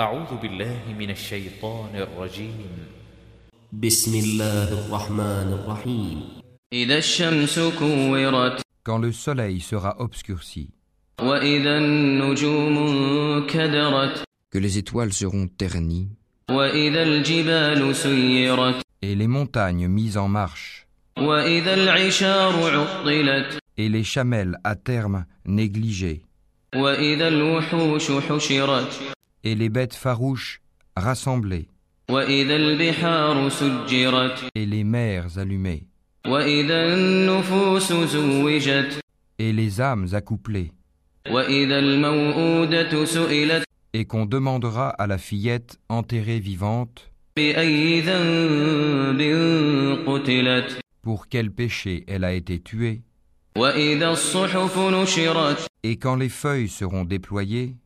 أعوذ بالله من الشيطان الرجيم بسم الله الرحمن الرحيم إذا الشمس كورت quand le soleil sera obscurci, وإذا النجوم كدرت que les étoiles seront ternies, وإذا الجبال سيرت et les montagnes mises en marche, وإذا العشار عطلت et les chamelles à terme négligées, وإذا الوحوش حشرت et les bêtes farouches rassemblées, وإذا البحار سجرت et les mers allumées, وإذا النفوس زوجت et les âmes accouplées, وإذا الموءودة سئلت et qu'on demandera à la fillette enterrée vivante بأي ذنب قتلت pour quel péché elle a été tuée, وإذا الصحف نشرت et quand les feuilles seront déployées,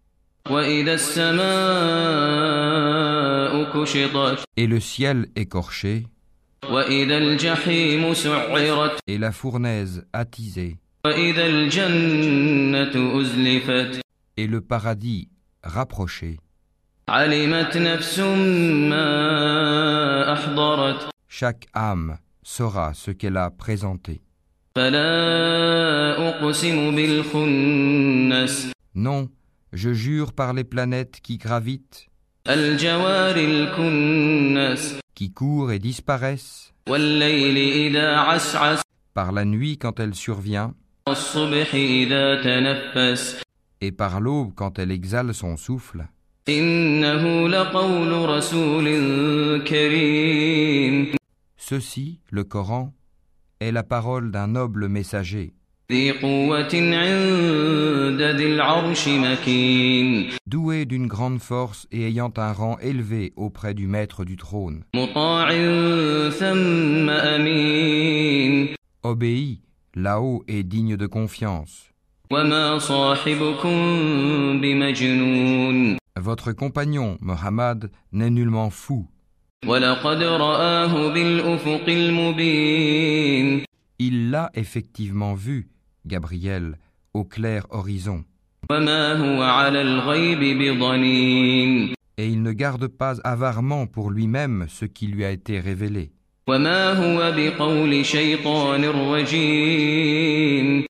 وإذا السماء كشطت et le ciel écorché, وإذا الجحيم سعرت et la fournaise attisée, وإذا الجنة أزلفت et le paradis rapproché, علمت نفس ما أحضرت chaque âme saura ce qu'elle a présenté. فلا أقسم بالخنس Non, je jure par les planètes qui gravitent, الجوار الكنس qui courent et disparaissent, والليل إذا عسعس par la nuit quand elle survient, والصبح إذا تنفس et par l'aube quand elle exhale son souffle, إنه لقول رسول كريم ceci, le Coran, est la parole d'un noble messager, ذي قوة عند ذي العرش مكين doué d'une grande force et ayant un rang élevé auprès du maître du trône, مطاع ثم أمين obéi, là-haut et digne de confiance. وما صاحبكم بمجنون Votre compagnon, Mohammed, n'est nullement fou. ولقد رآه بالأفق المبين Il l'a effectivement vu, Gabriel, au clair horizon. وما هو على الغيب بضنين et il ne garde pas avarement pour lui-même ce qui lui a été révélé, وما هو بقول شيطان رجيم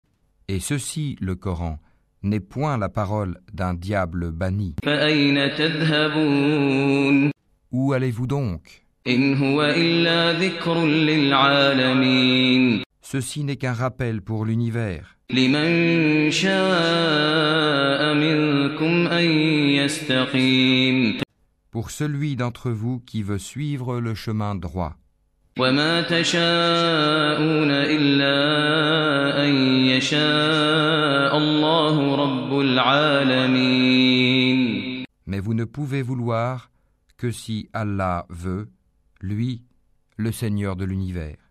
et ceci, le Coran, n'est point la parole d'un diable banni. فأين تذهبون Où allez-vous donc إن هو إلا ذكر للعالمين Ceci n'est qu'un rappel pour l'univers, لمن شاء منكم أن يستقيم pour celui d'entre vous qui veut suivre le chemin droit. وما تشاءون إلا أن يشاء الله رب العالمين Mais vous ne pouvez vouloir que si Allah veut, lui, le Seigneur de l'univers.